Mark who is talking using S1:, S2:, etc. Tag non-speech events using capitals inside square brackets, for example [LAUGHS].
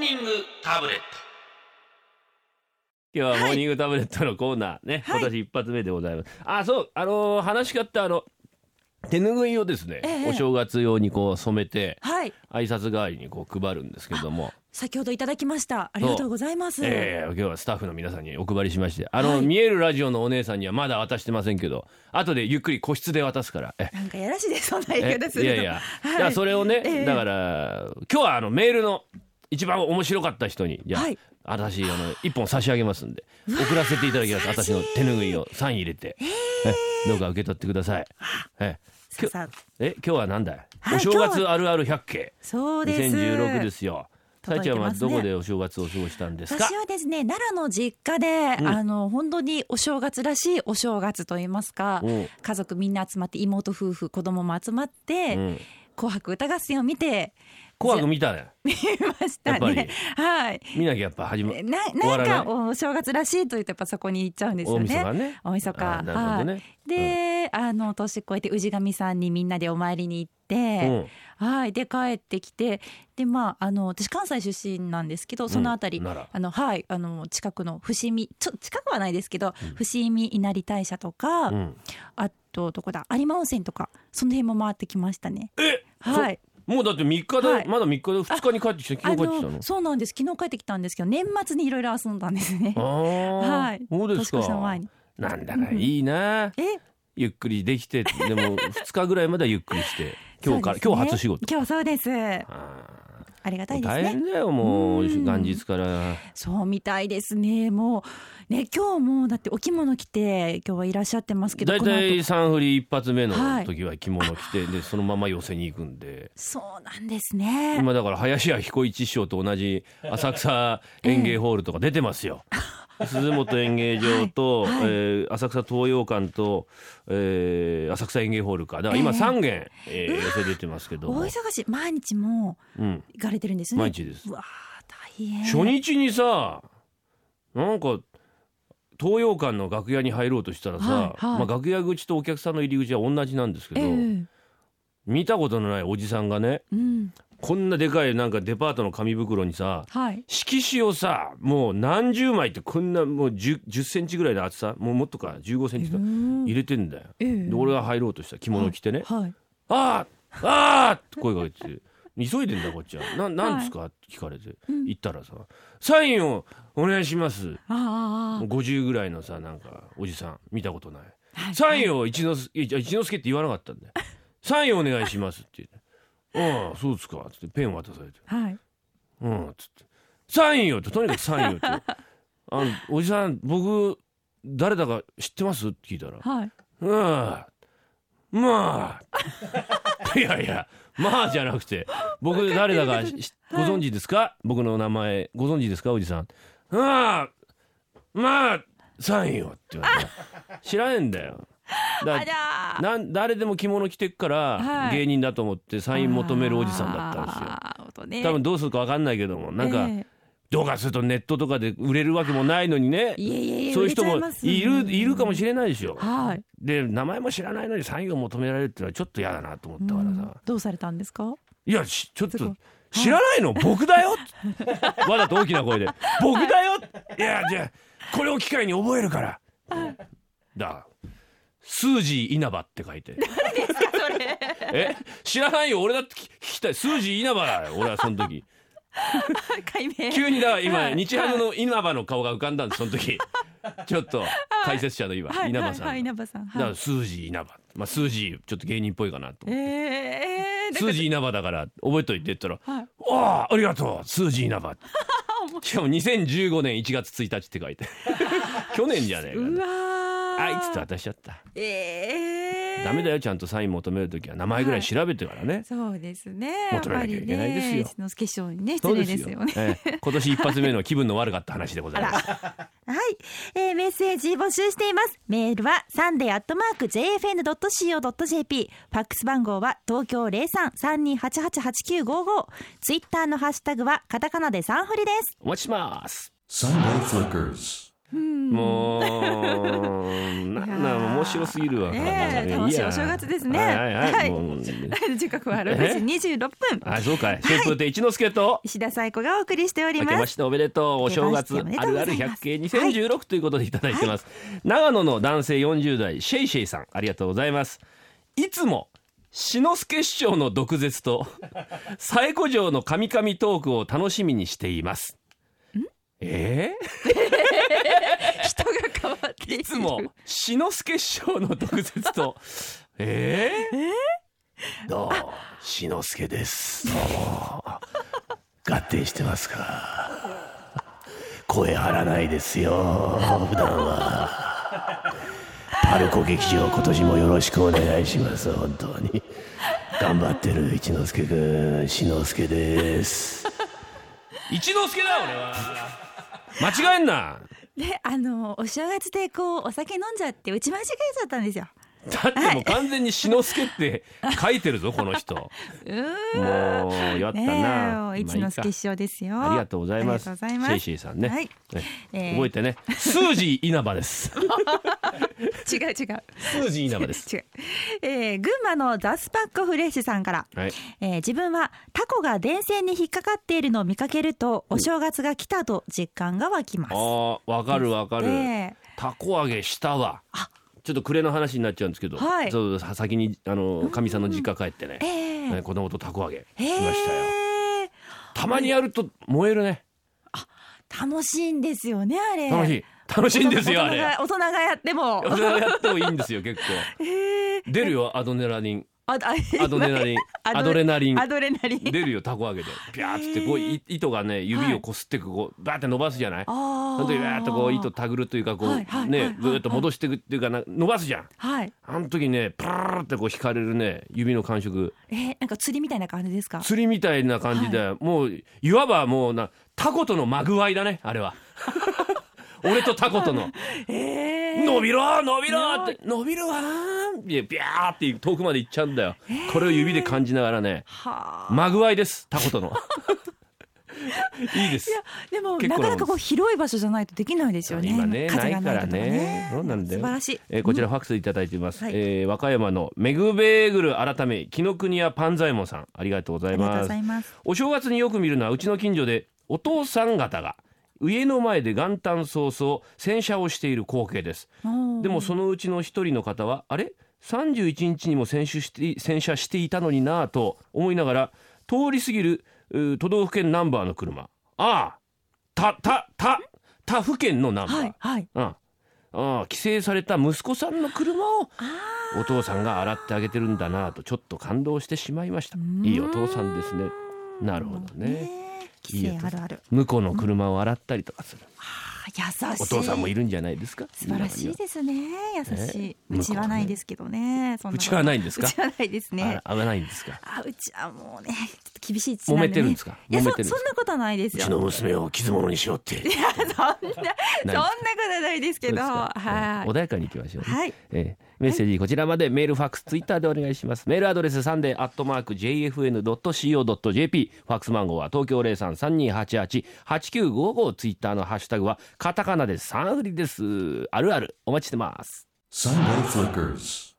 S1: ニングタブレット
S2: 今日は
S3: は
S2: モ
S3: い
S2: ーニングタブレットのコーナーね、
S3: はい
S2: 今年一発目でございますあそうあのー話し方あの手ぬぐいをですね、
S3: ええ
S2: お正月用にこう染めて
S3: はい
S2: 挨拶代わりにこう配るんですけども、
S3: 先ほどいただきましたありがとうございます、
S2: ええ今日はスタッフの皆さんにお配りしましてあの、
S3: はい
S2: 見えるラジオのお姉さんにはまだ渡してませんけど後でゆっくり個室で渡すからえ
S3: なんかやらしいですそんな言い
S2: え
S3: 方す
S2: い
S3: るの
S2: や
S3: [LAUGHS]
S2: いや、
S3: はい
S2: だからそれをね、
S3: ええ
S2: だから今日はあのメールの一番面白かった人にじゃあ、
S3: はい
S2: 私あの一本差し上げますんで送らせていただきます私の手ぬぐいをサイン入れて、えどうか受け取ってください。え
S3: さあさあ
S2: え今日はなんだい、
S3: はい
S2: お正
S3: 今日
S2: 月あるある百景
S3: そうです
S2: 2016ですよ。さ
S3: 届
S2: え
S3: いて
S2: ちゃんは
S3: ますね
S2: どこでお正月を過ごしたんですか
S3: 私。はですね奈良の実家で、あの本当にお正月らしいお正月と言いますか、
S2: うん
S3: 家族みんな集まって妹夫婦子供も集まって「
S2: うん
S3: 紅白歌合戦」を見て
S2: 紅白見たね。
S3: 見ましたね。 [LAUGHS] はい
S2: 見なきゃやっぱ始ま。
S3: な
S2: 終
S3: な
S2: わら
S3: ん
S2: ない
S3: かお正月らしいと言ってやっぱそこに行っちゃうんです
S2: 大
S3: よね。
S2: 晦日ね。
S3: 大晦日
S2: あーなるほどね
S3: はいで、あの年越えて氏神さんにみんなでお参りに行って、はいで帰ってきてでまああの私関西出身なんですけどそのあたり、
S2: うん奈良
S3: あのはいあの近くの伏見ちょ近くはないですけど、伏見稲荷大社とか、
S2: うん。うん。
S3: あとどこだ有馬温泉とかその辺も回ってきましたね。
S2: え、
S3: はい
S2: もうだって3日で、
S3: はい
S2: まだ3日で2日に帰ってきて昨日帰ってきたの。
S3: そうなんです昨日帰ってきたんですけど年末にいろいろ遊んだんですね。
S2: ああ、
S3: はい
S2: そうです
S3: 年越しの
S2: か
S3: 前に。
S2: なんだかいいな、
S3: え
S2: ゆっくりできて、でも2日ぐらいまではゆっくりして、
S3: [LAUGHS]
S2: 今日から、
S3: そうですね
S2: 今日初仕事。
S3: 今日そうです
S2: あ
S3: ありが
S2: ー
S3: たいです
S2: 大
S3: ね
S2: 変だよもう
S3: うん
S2: 元日から
S3: そうみたいですねもうね今日もだってお着物着て今日はいらっしゃってますけど
S2: 大
S3: この後
S2: 体三振り一発目の
S3: はい
S2: 時は着物着て、でそのまま寄せに行くんで
S3: そうなんですね
S2: 今だから林家彦一師匠と同じ浅草園芸ホールとか出てますよ。鈴本園芸場と、
S3: [LAUGHS] はいはい
S2: えー浅草東洋館と、えー浅草園芸ホールかだから今
S3: ええ
S2: 3軒、えー寄せ出てますけども
S3: 大、忙しい毎日も
S2: うん、
S3: う行かれてるんですね
S2: 毎日です
S3: うわー大変
S2: 初日にさなんか東洋館の楽屋に入ろうとしたらさ、
S3: はいはい
S2: まあ、楽屋口とお客さんの入り口は同じなんですけど、
S3: ええ
S2: 見たことのないおじさんがね
S3: うん
S2: こんなでかいなんかデパートの紙袋にさ
S3: はい
S2: 色紙をさもう何十枚ってこんなもう 10, 10センチぐらいの厚さもうもっとか15センチとか入れてんだよ。
S3: ええ
S2: で俺が入ろうとした着物着てね
S3: はい
S2: 「あーあーって声かけて急いでんだこっちは「ななんですか?」って聞かれて
S3: うん
S2: 行ったらさ「サインをお願いします」
S3: あー
S2: 50ぐらいのさなんかおじさん見たことない。
S3: あーはい
S2: サインを一之輔いや一之輔って言わなかったんだよ。サインお願いしますって言って。ああそうですかっつってペン渡されて。
S3: はい
S2: うんっつって。サインよってとにかくサイ
S3: [LAUGHS]
S2: ンよって。あのおじさん僕誰だか知ってますって聞いたら。
S3: はい
S2: うん。ま [LAUGHS] あ。いやいやまあじゃなくて僕誰だかしご存知ですか、僕の名前ご存知ですかおじさん。ああまあサインよって言われて知らねえんだよ。だ
S3: あらー
S2: なん誰でも着物着てっから、
S3: はい
S2: 芸人だと思ってサイン求めるおじさんだったんですよ。
S3: あーほんとね
S2: 多分どうするかわかんないけどもなんか、
S3: え
S2: どうかするとネットとかで売れるわけもないのにね
S3: えいえいえいえ
S2: そういう人も
S3: 売れちゃます
S2: いるいるかもしれないでしょ。
S3: はい
S2: で名前も知らないのにサインを求められるっていうのはちょっと嫌だなと思ったからさ
S3: どうされたんですか
S2: 「いやしちょっ
S3: すごいは
S2: と
S3: い
S2: 知らないの僕
S3: [LAUGHS]
S2: だよ」わざと大きな声で「僕だよ」いやじゃあこれを機会に覚えるから。だスージー稲葉って書いて。
S3: それ
S2: え知らないよ俺だって聞きたい数字稲葉だよ俺はその時
S3: 解明
S2: 急にだから今
S3: はい
S2: 日ハムの稲葉の顔が浮かんだんですその
S3: [LAUGHS]
S2: 時ちょっと解説者の今
S3: はい
S2: 稲葉さん
S3: はいはい、
S2: だ
S3: 稲葉さん、
S2: か
S3: は
S2: ら
S3: い、
S2: 数字稲葉まあ数字ちょっと芸人っぽいかなと
S3: えー、えー、だから
S2: 数字稲葉だから覚えといてって言ったら
S3: はい
S2: 「ああありがとう数字稲
S3: [LAUGHS]
S2: 葉」しかも2015年1月1日って書
S3: [LAUGHS]
S2: いて去年じゃねえか
S3: う
S2: な
S3: わー
S2: あいつって渡しちゃった
S3: えー、
S2: ダメだよちゃんとサイン求める時は名前ぐらい調べてからね
S3: そうですね
S2: 求めなきゃいけないですよ
S3: やっぱりね一之輔師匠にね
S2: そ
S3: 失
S2: う
S3: 礼
S2: で
S3: ですすよ
S2: よ
S3: ね。
S2: ええ今年一発目の気分の悪かった話でございます。
S3: はい、 [LAUGHS] えーメッセージ募集しています。メールはサンデーアットマーク jfn ドット co ドット jp。ファックス番号は東京03-32888955ツイッターのハッシュタグはカタカナでサンフリです。
S2: お待ちします。
S4: Sunday Flickers.
S3: うん
S2: もうなんだ面白すぎるわ、
S3: ねえ
S2: いや
S3: 楽しいお正月ですね
S2: はいはいはい、
S3: はい
S2: も
S3: [LAUGHS]
S2: う
S3: 時刻は6時26分
S2: あそうかい春風亭一之輔と
S3: 石田紗友子がお送りしており
S2: 明け
S3: ま
S2: ますしておめでとうお正月
S3: 明けましておめで
S2: あ
S3: とう
S2: る
S3: ござ
S2: ある
S3: います
S2: 百景2016ということでいただいてます、長野の男性40代シェイシェイさんありがとうございますいつも志の輔師匠の毒舌と佐古城の神々トークを楽しみにしていますえー
S3: 人が変わって [LAUGHS] いる
S2: いつも志の輔師匠の毒舌 [LAUGHS] とえー、どうも志の輔ですどうも合点してますか声張らないですよ普段はパルコ劇場今年もよろしくお願いします本当に頑張ってる一之輔くん志の輔です一之輔だ俺は間違えんな
S3: であのお正月でこうお酒飲んじゃって打ち間違えちゃったんですよ
S2: だってもう完全に志の輔って書いてるぞこの人 [LAUGHS] も
S3: うー
S2: うやったな、
S3: ねえ一之輔師
S2: 師
S3: 匠ですよ
S2: ありがとうございます
S3: ありがとうございます
S2: シェイシェイさんね、
S3: はい
S2: ね
S3: えー
S2: 覚えてねスージー稲葉です [LAUGHS]
S3: 違う違う
S2: スージー稲葉です
S3: 違う、えー群馬のザスパッコフレッシュさんから、
S2: はい
S3: えー自分はタコが電線に引っかかっているのを見かけるとお正月が来たと実感が湧きます
S2: あーわかるわかる、
S3: で
S2: たこ揚げしたわちょっと暮れの話になっちゃうんですけど、
S3: はい
S2: そう先にあのかみさんの実家帰ってね、
S3: えー
S2: ね子供とたこ揚げ
S3: え
S2: しましたよ、
S3: ー
S2: たまにやると燃えるね
S3: 楽しいんですよねあれ
S2: 楽しい楽しいんですよあれ
S3: 大人が大人がやって
S2: [LAUGHS]
S3: も
S2: それやってもいいんですよ結構
S3: えー
S2: 出るよアドネラリン
S3: ああ
S2: アドネラリンアドレナリン
S3: アドレナリン
S2: 出るよたこ揚げでピャーっつってこうい糸がね指をこすってくこうバーって伸ばすじゃない
S3: あ
S2: その時バーっとこう糸たぐるというかこ
S3: はいはい
S2: う
S3: はいは
S2: ね
S3: い
S2: ぐーっと戻していくっていうかな伸ばすじゃん
S3: はい
S2: あの時ねプルルルってこう引かれるね指の感触
S3: えー、なんか釣りみたいな感じですか
S2: 釣りみたいな感じでもういわばもうなタコとのまぐわいだねあれは [LAUGHS] 俺とタコとの「
S3: えー、
S2: 伸びろ伸びろ!」って「伸びるわー!」ってビャーって遠くまで行っちゃうんだよこれを指で感じながらね
S3: はあ
S2: まぐわいですタコとのいいです
S3: いやでも
S2: 結
S3: な
S2: 構
S3: かなか
S2: なもんです
S3: こう広い場所じゃないとできないですよね
S2: 今ね
S3: 風がないとか
S2: ないからねそうなんだよ
S3: 素晴らしい
S2: えーこちらファックスいただいています、
S3: はい
S2: えー和歌山のメグベーグル改め紀ノ国屋パンザイモンさんありがとうござ
S3: あ
S2: い
S3: りがとう
S2: ま
S3: ご
S2: す
S3: ざいます
S2: お正月によく見るのはうちの近所でお父さん方が家の前で元旦早々洗車をしている光景ですで
S3: で
S2: もそのうちの一人の方はあれ31日にも選手して洗車していたのになぁと思いながら通り過ぎるう都道府県ナンバーの車ああたたた他府県のナンバー、
S3: はいはい
S2: うんああ帰省された息子さんの車を
S3: あ
S2: お父さんが洗ってあげてるんだなぁとちょっと感動してしまいました
S3: ー
S2: いいお父さんですねなるほどね
S3: 規制あるある
S2: 向こうの車を洗ったりとかする
S3: あ優しい
S2: お父さんもいるんじゃないですか
S3: 素晴らしいですね優し
S2: え
S3: い、うちはないですけどねそんなこと
S2: うちはないんですか
S3: うちはないですね
S2: あら合わないんですか
S3: あうちはもうねちょっと厳しい父なんで、ね、
S2: 揉めてるんですか
S3: いや
S2: 揉
S3: そ
S2: めてるんですか
S3: そんなことはないですよ
S2: 娘を傷物にしようって
S3: いやそんなそんな
S2: ない
S3: ことないですけどはい
S2: 穏やかにいきましょうね、
S3: はい
S2: えーメッセージこちらまでメールファックスツイッターでお願いしますメールアドレスサンデーアットマーク JFN.CO.JP ファックスマン号は東京0332888955ツイッターのハッシュタグはカタカナでサンフリですあるあるお待ちしてます
S1: Sunday Flickers.